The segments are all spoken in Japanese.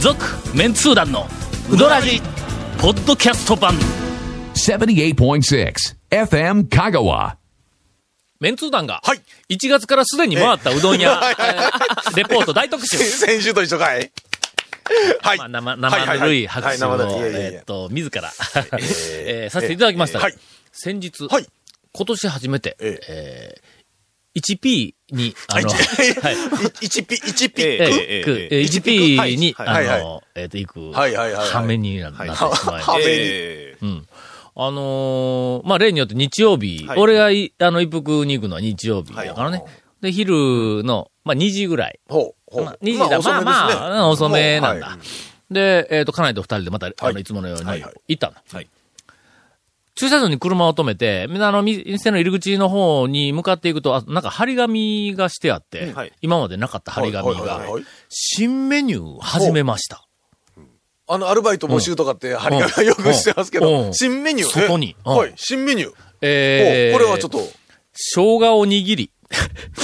続メンツー団のウドラジポッドキャスト版78.6 FM Kagawa. メンツー団がはい1月からすでに回ったうどん屋、えーレポート大特集 先週と一緒かいはい。まあ、生、はいは生いぬはいるい拍手を、はい生ぬるいいやいやいえやーっと、自ら、 えーさせていただきましたが、えーはい先日、はい今年初めて、えーえー 1P に、あの、 はい。1ピ、1ピッ えク。ーくえー 1P に、はいあの、はいはえーっと、行く、はいはいはいはい羽目にななってしまいはええうん。あのーまあ、例によって日曜日、はい俺がい、あの、一服に行くのは日曜日だからね。で、昼の、まあ、2時ぐらい。ほう、ほまあう。 2時だ、まあまあまあ、遅めなんだ。はいで、えっ、と、家内と二人でまた、あの、いつものようにはいはい行ったの。はい駐車場に車を止めて、みんなあの、み店の入り口の方に向かっていくと、あなんか張り紙がしてあって、んはい今までなかった張り紙が、はいはいはいはい新メニュー始めました。あの、アルバイト募集とかって張り紙はよくしてますけうんど、新メニュー。そこにえうんはい、新メニュー。ええー、これはちょっと、生姜おにぎり。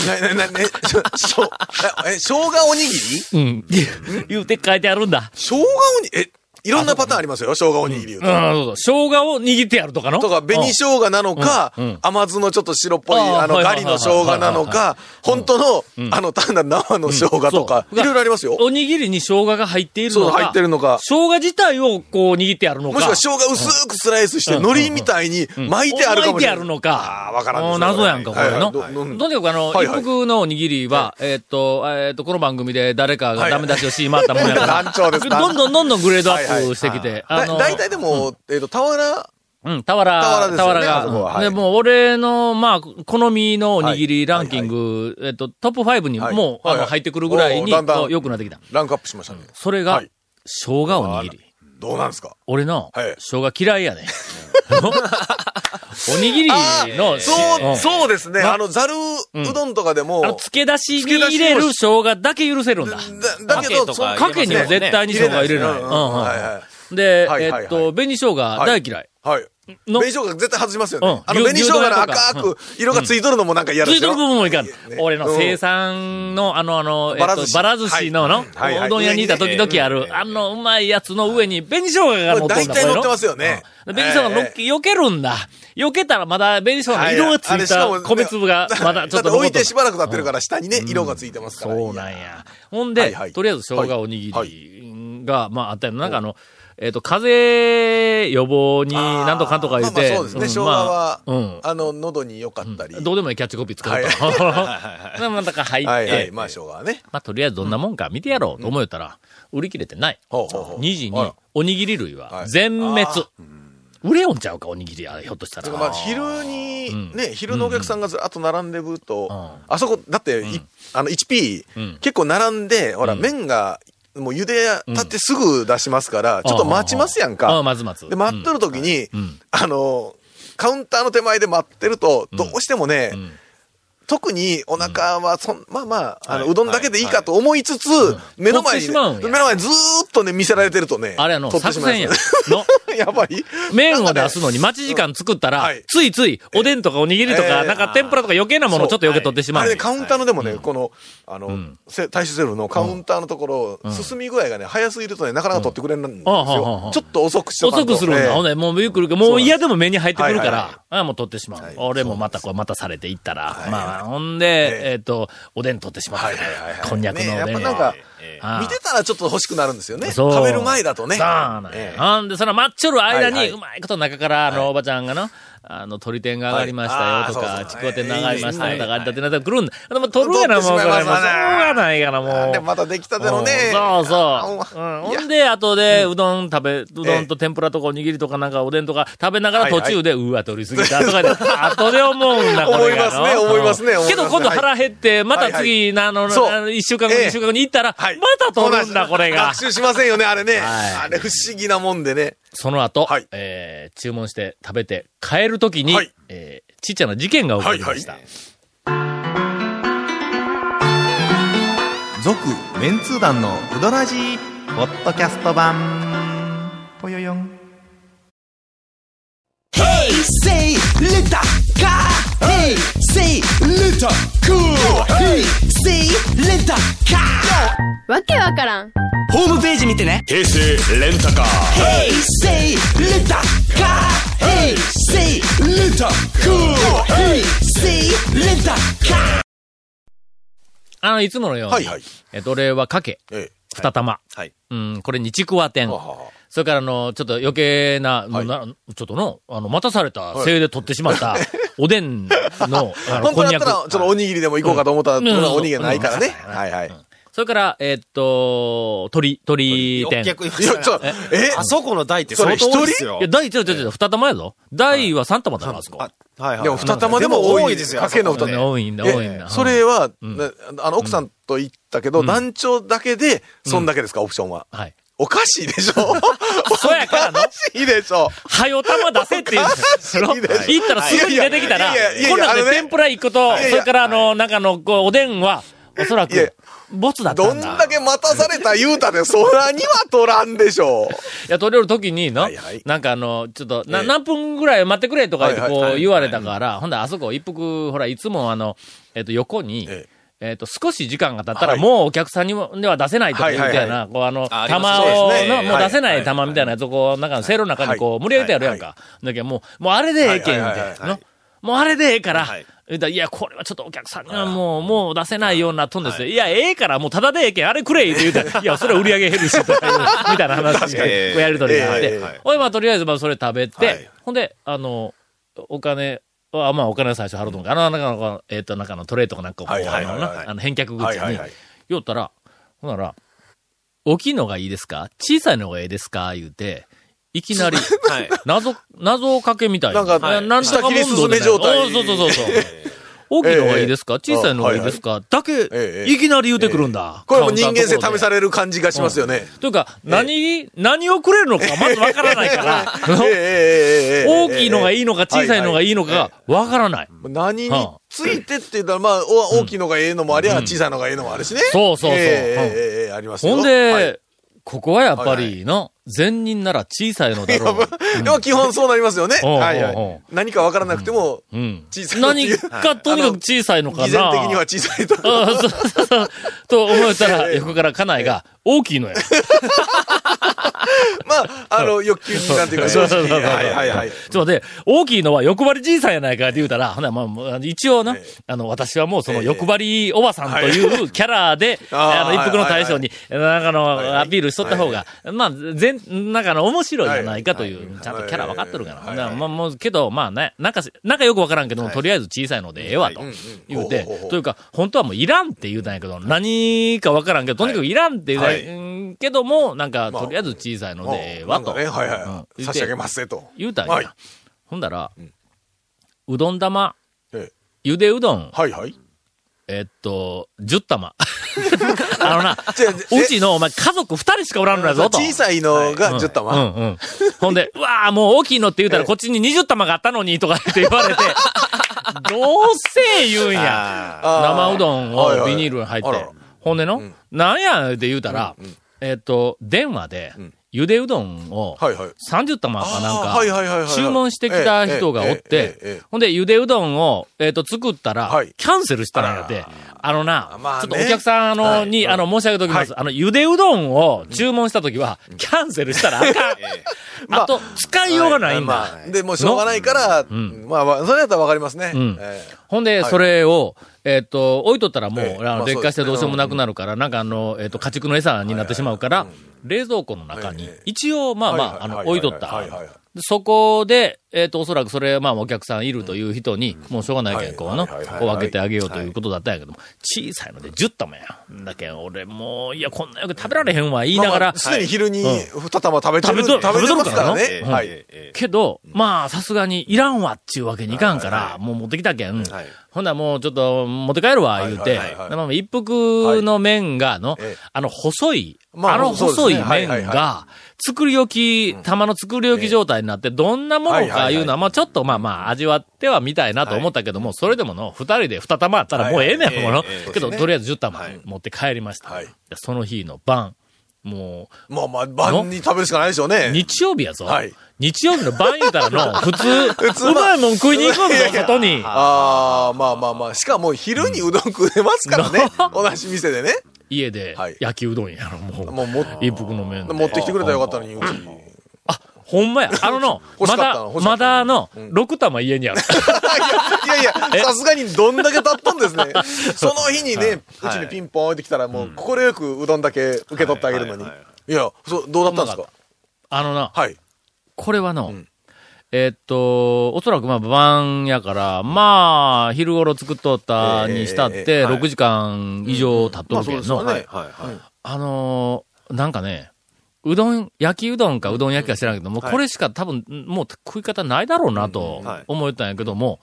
な、な、な、ね、しょ、しょ、え、生姜おにぎりうん。 言うて書いてあるんだ。生姜おに、え、いろんなパターンありますよ、生姜おにぎり言ううん、と。そうそう。生姜を握ってやるとかのとか、紅生姜なのかうんうん、甘酢のちょっと白っぽあい、ーあの、はいはガいはいリの生姜なのか、本当の、あの、単なる生の生姜とか、うんそいうろいろありますよ。おにぎりに生姜が入っているのそう、か。入ってるのか。生姜自体をこう握ってやるのか。もしくは生姜薄くスライスして、海苔みたいに巻いてあるかも巻いしれない。てあるのか。あーわからんもうです謎やんか、こはいれはいの。どどんとにかくあの、はい一はい服のおにぎりは、えーっと、えーっと、この番組で誰かがダメ出しをしまったもんや から。団長ですどんどんどんどんグレードアップしてきて。だあの大体でも、えっと、俵、うん、俵、俵俵ですよねあそこはが。はいで、もう俺の、まあ、好みのおにぎりランキング、えっと、トップ5にはいもう、あはいの、はい入ってくるぐらいに、おーだんだんこう良くなってきた。ランクアップしましたね。それがはい、生姜おにぎり。どうなんですか俺のはい、生姜嫌いやねん。おにぎりの、そう、んそうですね。まあの、ざるうどんとかでもあの、、漬け出しに入れる生姜だけ許せるんだ。だだけど、かけとそうかかけには絶対に生姜入れない。うんううんんはいはいでは、いはいはいえっと、紅生姜大嫌い。はい。の紅生姜絶対外しますようんね。あの牛紅生姜の赤牛丼く色がついとるのもなんか嫌つでいすてるよ。部分もいかんね。俺の生産の、あの、あの、えっばらと寿、司ばら寿司の、はいの、はいはいおうどん屋にいた時々ある、あの、うまいやつの上に、紅生姜が乗っとん大だ、体これ乗のってますよね。紅生姜のっけ、避けるんだ。避けたらまだ紅生姜の色がついた米粒が、まだちょっと だって残置っいとるてしばらく経ってるから、下にね、色がついてますから。そうなんいや。や。ほんはでいは、いとりあえず生姜おにぎりが、まああったよ。なんかあの、えっと、風邪予防になんとかんとか言うまあて。まあそうですね。ん生姜は、まあうんあの、喉に良かったり。どうでもいいキャッチコピー使はういと。でもなんだか入っはいはてい。、まあ、生姜はね。まあとりあえずどんなもんか見てやろうと思えたら、売り切れてない。ほうほうほう2時あにら、おにぎり類ははい全滅。売れよんちゃうか、おにぎりや、ひょっとしただら。からまあ、昼に、ね、昼のお客さんがずらっと並んでると、んあそこ、だって、いあの、1P、結構並んで、ほら、麺が、もう茹でたってすぐ出しますから、ちょっと待ちますやんああ、か。まずまず。で、待っとる時に、んあの、カウンターの手前で待ってると、どうしてもね、ん特にお腹はそん、まあまあ、あの、はいうどんだけでいいかと思いつつ、目の前に、取ってしねまうんや目の前にずーっとね、見せられてるとね、あれあの、取って作しま戦いやます。。の。 やばい麺を出すのに待ち時間作ったら、うんはいついついおでんとかおにぎりとか、えーなんか天ぷらとか余計なものをちょっと余計取ってしまあう。れね、カウンターのでもね、この、あの、せ大衆セルフのカウンターのところ、進み具合がね、早すぎるとね、なかなか取ってくれないんですあはあはよあ。ちょっと遅くしとか遅とくするんえだ。えほんで、もうゆっくりか、もう嫌でも目に入ってくるかはいはいはら、あもう取ってしまう。俺もまたこう、またされていったら、いまあ、ほんで、ええっと、おでん取ってしまったはいはいはいは。いこんにゃくのおでんねを。やっぱなんかええああ見てたらちょっと欲しくなるんですよね。そう食べる前だとね。そうなんやええほんで、その待っちょる間はいはに、いうまいこと中から、あの、おばちゃんがの、あの、鳥天が上がりましたよとはいか、あーちそうそうくわ天が上がりましたよとはか、いだってなったら来るんだ。でも取るやな、もうこれ。取もっうてしょうしまいますわねがないから、もでう。また出来たてのね。そうそう。うんあほいやんで、後で、うどん食べ、うどえんえと天ぷらとかおにぎりとかなんかおでんとか食べながらはいは途い中で、うわ、取りすぎたとかで、後で思うんだ、これがの。思いますね思いますねうん思いますねけど今度腹減って、また次、あの、そうあの一週間後、ええ二週間後に行ったら、まはいた取るんだ、これが学。習しませんよね、あれはね。いあれ不思議なもんでね。その後、はいえー注文して食べて帰るときに、はいえーちっちゃな事件が起こりました。はいは続メンツー団のウドラジーポッドキャスト版ぽよよん say little car. Hey, say little cool. Hey, say little car. わけわからんホームページ見てね平成レンタカー平成レタカー平成レタカー平成レタカーあの、いつものように、はいはい。え奴隷はかけ、ええ。二玉、はい。うん、これにちくわ天は。あはそれから、あの、ちょっと余計な、はいなちょっとの、あの、待たされたせいで取ってしま った、おでんの、ああの、本こ当んだにゃったく。ら、ちょっとおにぎりでも行こうかと思ったら、うんそんなおにぎりないからね。うんはいはい。それから、えーっと、鳥、鳥天。い逆にい や、ちょ、えあそこの台って相当多いですよや、。第一は、ちょ、ちょ、二玉やぞ。第は三玉だろ、あそこ。あはいはい。でも二玉でもで多多いいですよ。かけのあそこ二ね多いんだ、多いんえだ。そうん、れは、んなあの、奥さんと言ったけど、団長だけで、そんだけですか、オプションは。はい。おかしいでしょ そうやからのおかしいでしょはよ玉出せっていう。そのいいです行ったらすぐに出てきたらいやいやいやいや、こんなんあでのね天ぷら一個と、いやいやそれからあの、なんかの、こう、おでんは、おそらいやく、ボツだったんだ。どんだけ待たされた言うたで、そらには取らんでしょいや、取れる時にの、はいはいなんかあの、ちょっと、なええ何分ぐらい待ってくれとか言ってはいはいはいこはうい言われたから、ほんであそこ一服、ほら、いつもあの、えっと、横に、ええっと、少し時間が経ったら、はいもうお客さんにもでは出せないとかいうみたいな、こう、あの、あありま玉すねを、そうですねのもう出せなはいはいい玉みたいなやつを、こう、なんか、セロの中にこう、はい無理やりとやるやんか。だけど、もう、もうあれでええけん、みはいはいたはいいな。はいのもうあれでええから、はい言うたらいや、これはちょっとお客さんにはもう、もう出せないようになっとんですよ。いや、ええから、もうただでええけん、あれくれ言う て言うたら、いや、それは売り上げ減るし、とかいうみたいな話で、こうやりとりがあってええ、おい、まあ、とりあえず、まあ、それ食べて、はいほんで、あの、お金、あまあ、お金は最初払うと思うけどあの、なんか、えっ、と、中のトレーとかなんかをこう、はいはいはいはいあのあの返却口に、はいはいはい言うたら、ほんなら、大きいのがいいですか小さいのがいいですか言うて、いき なり、はい。謎、謎かけみたいな。なんかはいうんとか問答下切り進め状態おうそうそうそうそう。大きいのがいいですか小さいのがいいですかだけえ、えいきなり言うてくるんだ。う。これも人間性カウンターのところで試される感じがしますよね。というか、何、何をくれるのかまずわからないから、 ええええええええ大きいのがいいのか小さいのがいいのはかがわからない。何についてって言ったら、まあ、お大きいのがええのもありゃ、小さいのがええのもあるしね。そうそうそうえうんえええええありますよ。ほんはいで、ここはやっぱはいはり、の、善人なら小さいのだろう。 でも基本そうなりますよね。おうはいはおうおうい。何かわからなくても、うん。小さいって何いうかとにかく小さいのかな。偽善的には小さいと。あそうそうそう。と思ったら、横から家内が、大きいのや。 まあ、あの、欲求になんていうか、正そうそうそうそ直。うはいはいはい。ちょっと待って、大きいのは欲張りじいさんやないかって言うたら、ほな、まあもう、あの一応な、ええあの、私はもうその欲張りおばさんという キャラで、ああーの、一服の対象に、なんかいの、はいアピールしとった方が、まあ、全、なんかの面白いじゃないかという、はいはいちゃんとキャラ分かっとるから。はいはいだからまあ、もう、けど、まあね、なんか、なんかよく分からんけども、とりあえず小さいのでええわとはいうんうん。言うほうほうほて、うというか、本当はもういらんって言うたんやけど、何か分からんけど、とにかくいらんって言うたんやはいうんけども、なんか、まあとりあえず小さいのうんでええわと。なんかね、はいうはんい。言う差てし上げますぜと。言うたんや。はいほんだら、うどん玉、ええゆでうどん、はいはい。えっと、10玉。 あのな、じゃあうちのお前家族2人しかおらんのやぞと。小さいのが10玉。うんうん。ほ んで、うわあもう大きいのって言うたらこっちに20玉があったのにとかって言わ れて、どうせ言うんや。ああ生ーうどんはいをはいビニールに入って、あらほんでの、んなんやって言うたら、えっと、電話で、ゆでうどんを、はいはい。 30玉かなんあーはいはいはいかは、い注文してきた人がおっえええええええてえ、ほんで、ゆでうどんを、えっと、作ったらはい、キャンセルしたんやって、あのなま、あちょねっとお客さんあのはいに、あの、申し上げておきます。あの、ゆでうどんを注文したときは、キャンセルした らあかん。あと、使いようがないんまだ。あ、でもしょうがないから、まあまあ、それやったらわかりますね。んえほんで、はいそれを、えっと、置いとったらもええう、あまのあ劣化してそうですねどうしようもなくなるから、なんかあの、えっと、家畜の餌になってしまうから、冷蔵庫の中にええ、一応、まあまはいあ、あはいのは、い置いとっはたいはいはい。でそこで、えっと、おそらくそれ、まあ、お客さんいるという人に、もうしょうがないけはん、いこうの、こはいはいはいう分けてあげようということだったんやけども、小さいので10玉や。だけん、俺もう、いや、こんなよく食べられへんわ、言えいながまあまらあ、すでに昼に2玉食べてる、食べとる食べてますから食べね。ーはい。えーえけど、まあ、さすがに、いらんわっちゅうわけにいかんから、もう持ってきたけん、はいほんならもうちょっと持って帰るわ、言うてはいはいは、いでまあ一服の麺が、のええ、あの、細い、まああの細いそうですねはいはい麺が、作り置き、玉の作り置き状態になって、どんなものかいうのは、まあちょっとまあまあ味わってはみたいなと思ったけども、それでもの、二人で二玉あったらもうええねん、ものえええ。えけど、とりあえず十玉はい持って帰りましたはい。でその日の晩、もう、まあまあ、晩に食べるしかないでしょうね。日曜日やぞ。はい日曜日の晩言うたら の、普通、通はうまいもん食いに行くんぞいや、いや外に。 ああ、まあまあまあ。しかも昼にうどん食えますからね。同じ店でね。家ではい、焼きうどんやろ、もう。もうも一服の麺で。持ってきてくれたらよかったのに、うちに。、あ、ほんまや。あのの 欲しかまったのだ欲、しかまっただあのの、6玉家にある。 いやいや、さすがにどんだけ経ったんです ね。その日にね、うちにピンポン置いてきたら、もう快くうどんだけ受け取ってあげるのに。いや、そう、どうだったんですかあのな、はい。これはの、んえーっと、おそらくまあ晩やから、まあ、昼頃作っとったにしたっえて、6時間以上経っとるけどの、はい。あのーなんかね、うどん、焼きうどんかうどん焼きか知らんけども、これしか多分、もう食い方ないだろうなと思ったんやけども、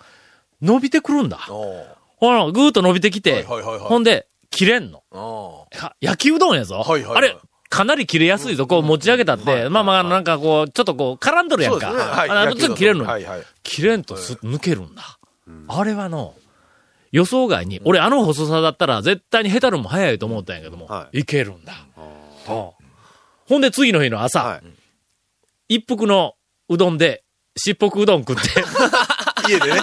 伸びてくるんだ。おほら、ぐーっと伸びてきて、はいはいはいはいほんで、切れんの。おか焼きうどんやぞ。はいはいはいあれ、かなり切れやすいぞ。こう持ち上げたって、まあまあ、なんかこう、ちょっとこう、絡んどるやんか。あの、すぐ切れるのに、はいはい。切れんとすっ抜けるんだ。あれはの、予想外に、俺あの細さだったら絶対にヘタるも早いと思ったんやけども、い、けるんだ。うんほんで次の日の朝、一服のうどんで、しっぽくうどん食って。家 でね。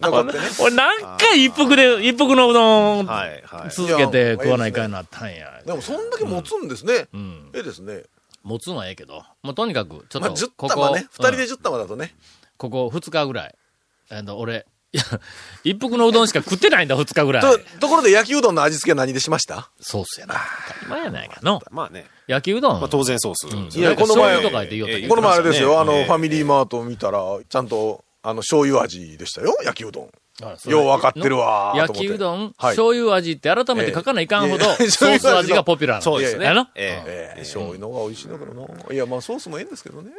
残ってね。 俺何回一服で、一服のうどんはい、はい。続けて食わないかいなったんや。でも、そんだけ持つんですね。うん。ええですね。持つのはええけど、もうとにかく、ちょっまあ、と10、こ玉こ、ね。2人うんで10玉だとね。ここ2日ぐらい、あの俺、 いや一服のうどんしか食ってないんだ、2日ぐらい。と、ところで焼きうどんの味付け何でしましたソースやな。当たり前やないかの。まあね。焼きうどん。まあ当然ソース。いや、ここのの前。前とか言って言おうたけどえこの前あれですよ、あえの、えファミリーマート見たら、ちゃんと、あの、醤油味でしたよ、焼きうどん。あそうだよう分かってるわーと焼思ってきうどん、はい醤油味って改めて書かないかんほど、ええソース味がポピュラーなんそうですねやな。えええー、醤油の方が美味しいのかな。いや、まあソースもいいんですけどね。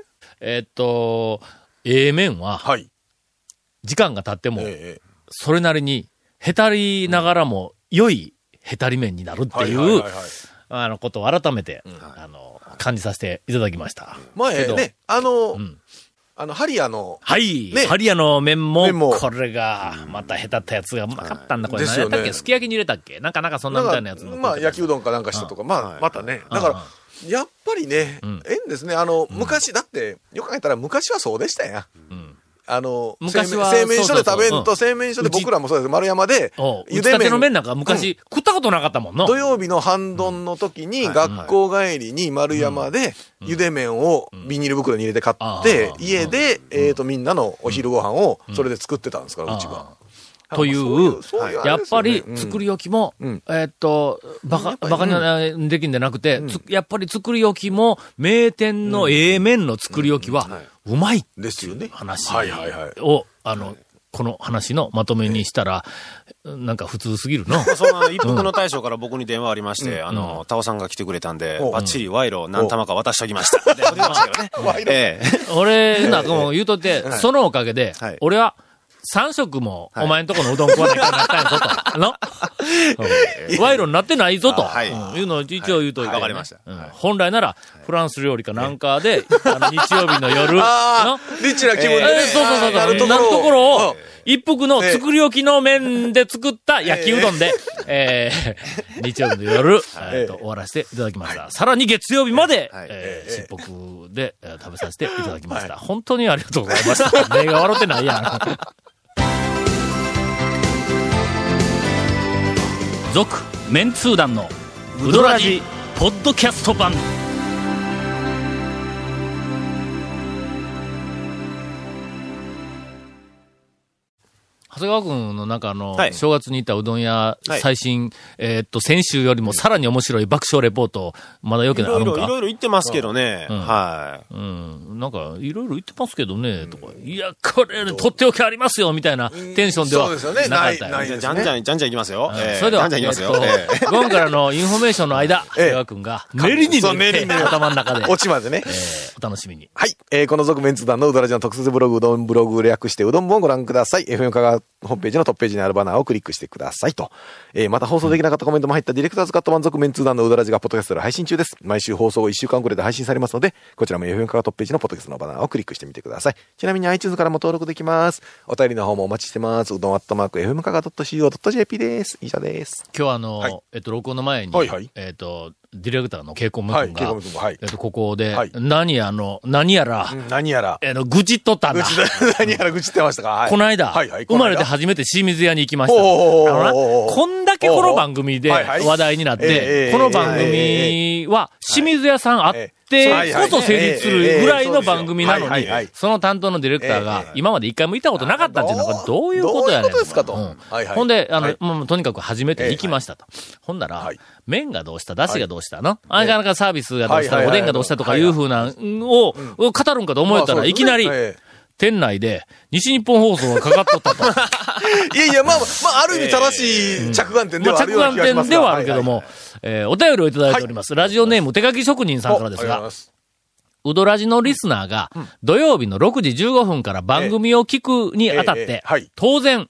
えっと、ええ麺は、はい。時間が経っても、えそれなりに、へたりながらも、良いへたり麺になるっえていははうは、はいあの、ことを改めて、あの、感じさせていただきました。け前どね、あの、んあの、ハリアの、はい。ねハリアの麺も、麺もこれが、また下手ったやつがうまかったんだ。これで何すやっよねたっけ、すき焼きに入れたっけなんかなんかそんなみたいなやつの。まあ焼きうどん。どんかなんかしたとか、まあまたね。うんだから、やっぱりねうん、ええんですね。あの、昔、だって、よく考えたら昔はそうでしたやん。うんあの、昔は製麺製麺所でそう食そうべそうんと、製麺所で僕らもそうです。丸山でおう、ゆ打でちたて麺の麺なんか昔、食ったことなかったもんの。土曜日の半ドンの時に、学校帰りに丸山で、ゆで麺をビニール袋に入れて買ってあ、ー家で、えっと、みんなのお昼ご飯をそれで作ってたんですから、うちは。といそういううそういうあやれっですぱよねりうん作り置きも、うんえーっと、バカ、バカにはできんじゃなくて、つやっぱり作り置きも、名店のええ麺の作り置きは、うまいってですよね。話はいはいはい。を、あの、この話のまとめにしたら、なんか普通すぎ るの。そのあの一服の大将から僕に電話ありまして、あの、タオさんが来てくれたんで、おバッチリ賄賂何玉か渡しておきました。ってこと言いました けどねええ俺、なんかもう言うとって、そのおかげではい、俺は、3食もお前んとこのうどん食わないからなったんやぞと。あの、 うん賄賂になってないぞと。あはいうんいうのを一応言うといてねはいわかりましたうん本来なら、フランス料理かなんか で、あの日曜日の夜、あのあ、リッチな気分でねえーそうそうそうそう。ななるるとところをころをうん、一服の作り置きの麺で作った焼きうどんで、えー日曜日の夜、えーと終わらせていただきました。さらに月曜日まで、はいえーしっぽくでえー食べさせていただきました。本当にありがとうございました。目が笑ってないやん。続、メンツー団の、ウドラジ、ポッドキャスト版。長谷川君の中の、はい正月に行ったうどん屋、はい最新、えーっと、先週よりもさらに面白い爆笑レポート、まだよいけないあろいるんろ、いろかいろ言ってますけどね。うんは。うん。なんか、いろいろ言ってますけどね、とか、いや、これ、とっておきありますよ、みたいなテンションではそうですよなねかったよ。ないいじゃあ、ですねじゃんじゃん、じゃんじゃんいきますよ。ええそれでは、じゃんじゃんいきますよ。ええっと、 ゴンからのインフォメーションの 間、長谷川君が、練りにそう練練りりにに頭の中で、落ちまでねえ。ーお楽しみに。はい。えーこの続メンツ団のうどらじの特設ブログ、うどんブログ略してうどん本をご覧ください。FM 香川ホームページのトップページにあるバナーをクリックしてくださいと。えーまた放送できなかったコメントも入ったディレクターズカット満足メンツ団のうどらじがポッドキャストで配信中です。毎週放送を1週間遅れで配信されますので、こちらも FM 香川トップページのポッドキャストのバナーをクリックしてみてください。ちなみに iTunes からも登録できます。お便りの方もお待ちしてます。うどんアットマーク FM 香川 .co.jp です。以上です。今日はあの、はいえっと、録音の前に、はいはいえっと、ディレクターのケイコムは君いが、ケイコム君がはいえっと、ここで、はい何あの、何やら、何やら。えの、愚痴っとったん愚だ。痴だ 何やら愚痴ってましたか、はいこの間、はいはい、生まれては初めて清水屋に行きました。あおーのな、おーこんだけこの番組でおーはいはい話題になっえええてえ、この番組は清水屋さんあってこそ成立するぐらいの番組なのはいにはいはい、その担当のディレクターがええ今まで一回も行ったことなかったっていうのがどういうことやねん。どういうことですかとうんはいはいほんで、あはのい、もうとにかく初めて行きましたと。ほんならはい、麺がどうした、出汁がどうしたの、あれがなんかサービスがどうしはいた、はいおはいでんがどうしたとかいうふうなのをを語るんかと思えたまあそうですらねいきなり、ええ店内で西日本放送がかかっとったと。いやいや、まあ、まあ、ある意味正しい 着眼点でまあ、はある着ような眼気がしま点すでがはあるけども、えーお便りをいただいております。ラジオネーム手書き職人さんはからいはでいおありすがとうございがま、す。うどらじのリスナーが、土曜日の6時15分から番組を聞くにあたっええええてはい、当然、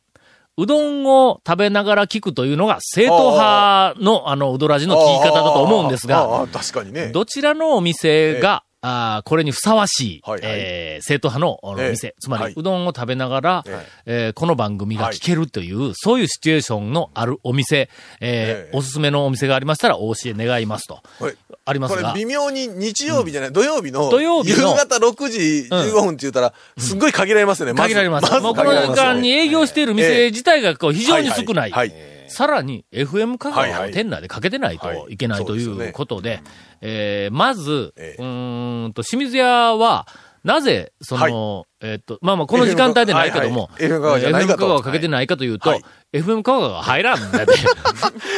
うどんを食べながら聞くというのが正統派のあのうどらじの聞き方だと思うんですあああがあ、確かにね。どちらのお店が、あーこれにふさわしい、はいはいえー正統派のあのお店、ええつまり、はいうどんを食べながら、ええーこの番組が聞けるという、そういうシチュエーションのあるお店、えーええおすすめのお店がありましたら、お教え願いますと、これありまこすれが、微妙に日曜日じゃない、土曜日の土曜日の夕方6時15分って言ったら、すっごい限られますよね、ず限られます。ずもうこの限られ時ますよね間に営業しているえ店え自体がこう非常に少ない。はいはいさらに FM 香はい川はをい店内でかけてないといけないはいといそうですうねことで、えーまず、えうえーんと、清水屋は、なぜ、その、えっと、まあまあ、この時間帯でないけども、 FM 香川じゃないか FM と香川かけてないかというとはい、 FM 香川が入ら んだって。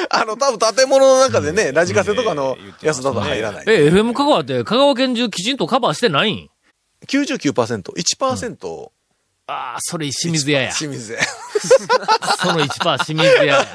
あの、多分建物の中でね、ラジカセとかのやつだと入らない。え、FM 香川って香川県中きちんとカバーしてないん99%、1%、ああ、それ清水屋や。そ清水で。の1%清水屋や。いや、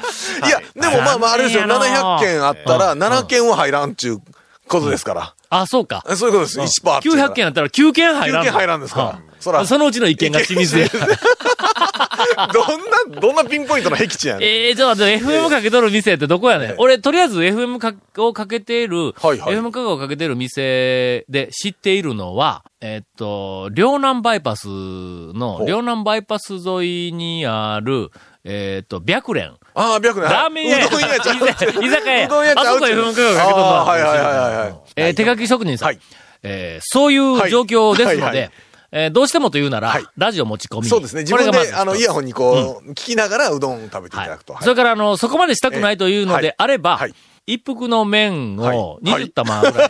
でもまあまあ、あれですよ、残念やな700件あったら、7件は入らんっちゅうことですから。あ、そうか。そういうことです、1%パーっていうのは。 900件あったら9件入らんの。 9件入らんですからはあそらそのうちの1件が清水 屋。どんな、どんなピンポイントの僻地やねん。ええー、ちょっと待って FM かけとる店ってどこやねん。俺、とりあえず FM かをかけている、はいはい FM かをかけている店で知っているのは、えっと、両南バイパスの、う両南バイパス沿いにある、えっと、白蓮。ああ、白ね。ラーメン屋や。うどん屋ちゃう居酒屋。居酒屋うどん屋ちあゃそうこ FM かけとるあーはいはいはいはい。えー手書き職人さん。はいえーそういう状況ですので、はいはいはいえーどうしてもというなら、はいラジオ持ち込み。そうですね。自これ分がまで、ずあの、一つイヤホンにこう、聞きながらうどんを食べていはいただくと。はいそれから、あの、そこまでしたくないというのであれば、はい一服の麺をはいはい20玉ぐらいで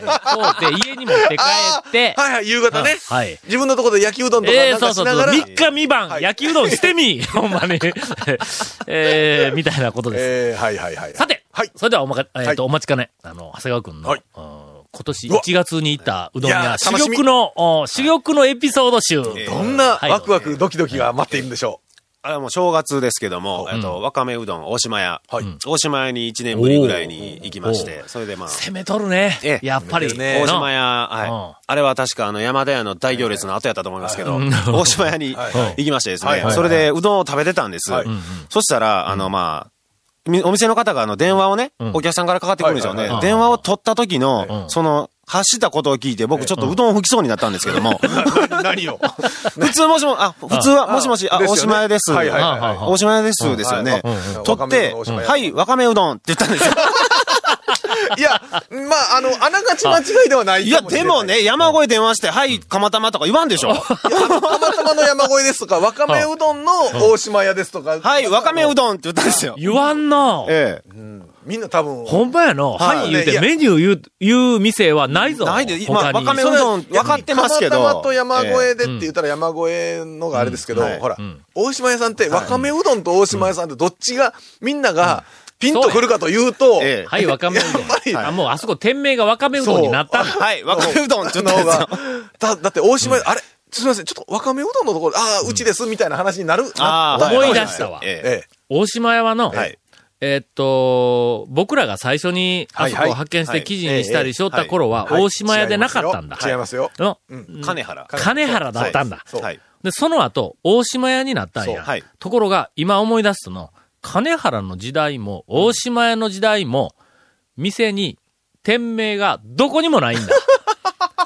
買うて、家に持って帰って、あーはいはい、夕方ね。はい自分のところで焼きうどんとかええなんそうかそしうそなう。がら。 3日三晩、はい焼きうどんして みほんまに。えーみたいなことです。えーはいはいはい。さて、はい。それではおまか、えっ、と、はお待ちかね、あの、長谷川くんの、はいうん今年うわ1月に行ったうどんいや屋、ー珠楽しみ玉の、お珠玉のエピソード集。どんなはいワクワクドキドキが待っているんでしょあれはもう正月ですけども、えっと、わかめうどん大島屋。はい大島屋に1年ぶりぐらいに行きまして、それでまあ、攻めとるね。ええやっぱり。攻めてるね大なう島屋、んはい。あれは確かあの山田屋の大行列の後やったと思いますけど、大島屋に行きましてですはいはねい、それでうどんを食べてたんですはい。そしたら、あのまあ、みお店の方があの電話をね、お客さんからかかってくるんですはよいねはいは。い電話を取った時んの、その、発したことを聞いて、僕ちょっとうどんを吹きそうになったんですけども、う。何を。 普通もしも、あ、普通は、もしもし、あ、ですよ大ね島屋です。はいはいはいはい大島屋です、ですよねうんうんうん。取って、わかめうどん大島屋はい、わかめうどんって言ったんですよ。いや、まあ、あの、あながち間違いではないいかや、もしれでないも。ね、山越え電話して、はい、釜玉とか言わんでしょ。たまたまの山越えですとか、わかめうどんの大島屋ですとか。はい、わかめうどんって言ったんですよ。言わんな。えみんな多分。ほんまやの。はい、言ういて、やメニュー言う、言う店はないぞ。ないで他にまあわかめそううどん分かってますけどたまたまと山越えでって言ったら山越えのがあれですけど、うんはいほら、大島屋さんって、わかめうどんと大島屋さんってどっちが、みんながピンとくるかというと、え。えはい、わかめうどん やっぱりあ、もうあそこ店名がわかめうどんになったえ。の。はい、わかめうどんって言のった方んですよが。、だ、だって大島屋、あれ、すみません、ちょっとわかめうどんのところ、ああ、うちです、みたいな話になる。あなったー思い出したわ。ええええ。大島屋はの、はいえっと、僕らが最初にあそこをはいはい発見して記事にしたはいえりえしょった頃は、はい大島屋でなかったんだ。違いますよ。違いますよの金原。金原だったんだ。そうはい。で、その後、大島屋になったんそうや。はいところが、今思い出すとの、金原の時代も、大島屋の時代も、店に、店名がどこにもないんだ。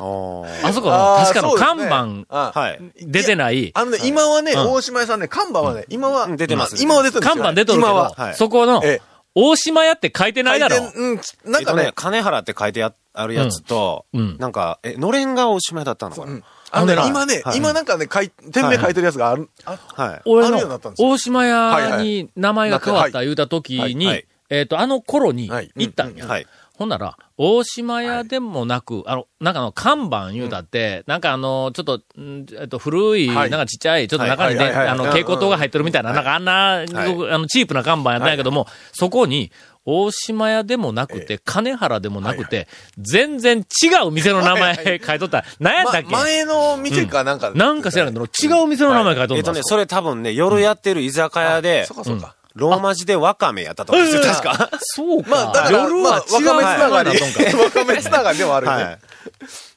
おーあそこの、あー確かのそうです看ね板、あーはい。出てない、あのね、今はね、うん大島屋さんね、看板はね、今は、うん出てます今は出てるんですよ看板出とるけ今はど、はいそこのええ、大島屋って書いてないだろ回。転うん、なえんっとかねね、、金原って書いてああるやつと、うんなんか、え、のれんがおしまいだったのかな、あのねあのね今ね、はい今なんかね、かい店名書いてるやつがある、あはい。俺あるようになのったんですよ大島はい屋はに名前が変わったはい言うた時に、はいはいえっ、と、あの頃にはい行ったんや。はい。ほんなら、大島屋でもなく、あの、なんかあの看板言うたって、なんかあの、ちょっと、んえっと、古い、はいなんかちっちゃい、ちょっと中にね、はいはいはいあの、蛍光灯が入ってるみたいな、なんかあんな、はいごくあの、チープな看板やったんやけども、そこに、大島屋でもなくて、金原でもなくて、全然違う店の名前書いとった。何やったっけ、ま前の店かなんか、なんか知らんけど、違う店の名前書いとえっったとんね、ですそれ多分ね、夜やってる居酒屋で、そうかそうか。ローマ字でワカメやったと思うんですよ、確か。そうか。まあ、だから、夜まあ、はわ違うかめつなが名前り、なのか わかめつながりでもあるよね。はい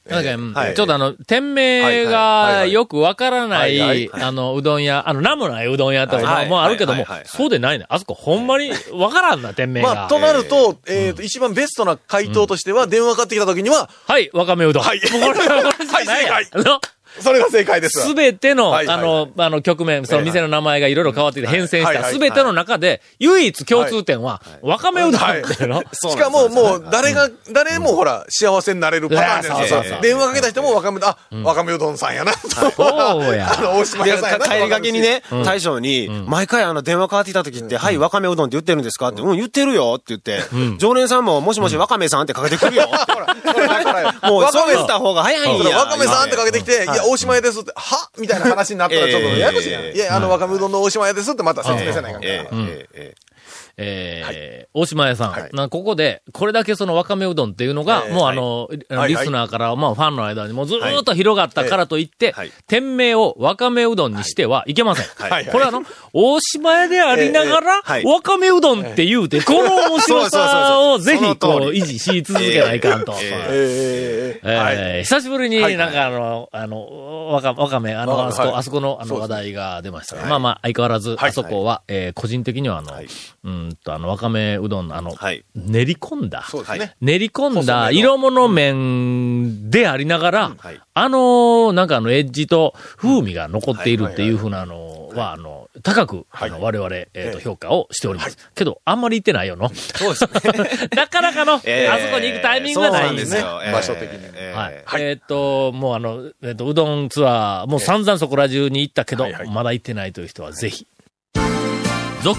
なんかうんはいちょっとあの、店名はいはいはいがはいよくわからな、はいはいいあの、うどん屋、あの、ラムないうどん屋ってはいはいもうあるけどはもいはいはい、そうでないね。あそこほんまにわからんな、店名まあ、がと。なると、えっと、一番ベストな回答としては、電話かかってきたときには、はい、わかめうどん。はいもうこれ、これしかないやはいあのそれが正解ですわ。すべての、はいあの、あの、局面、その店の名前がいろいろ変わってきて変遷しはいた、はいすべての中で、唯一共通点は、わかめうどんっていうの。しかも、もう、誰が、誰もほら、幸せになれるパターンじゃないですそうそうそか。う電話かけた人も、わかめ、あ、わかめうどんさんやな、そうやあの、大島で屋さんやかな。帰りがけにね、大将に、毎回あの電話かかってきた時って、はい、わかめうどんって言ってるんですかって、うん、言ってるよって言って、常連さんも、もしもしわかめさんってかけてくる よ。ほら。ほらほらほら もう、わかそうめした方が早いんや。わかめさんってかけてきて、いや、大島屋ですって、はみたいな話になったらちょっとややこしいな。えいえや、あの、わかめうどんの大島屋ですってまた説明せないかんからええええええー大島屋さん、なここで、これだけそのわかめうどんっていうのが、えーもうあの、あのはいリスナーから、まあファンの間にもずーっと広がったからといって、はい店名をわかめうどんにしてはいけません。はいはいこれあの、大島屋でありながら、えーはいわかめうどんって言 うて、この面白さをそうそぜうそうそひうこそのう通り維持し続けないかんと。ええーーえええええええはい。久しぶりにはいなんかあの、あの、わか、わかめ、あの、あわかめそこ、はいあそこのあそのう話ですね題が出ましたが、まあまあ、相変わらず、あそこは、えー個人的にはあの、いうーんと、あの、わかめうどんのあの、はい練り込んだ、そうですね。練り込ん細だめの色物麺でありながら、はいあのーなんかあのエッジと風味が残っているっていうふうなのは、あの、高く、あの、我々、えーと、評価をしております。けど、あんまり行ってないよの。そうですね。 なかなかの、ええあそこに行くタイミングがそうなないんですね。よ。場所的にええはい。えーっと、もうあの、えーっと、うどんツアー、もう散々そこら中に行ったけど、まだ行ってないという人はぜひ。続、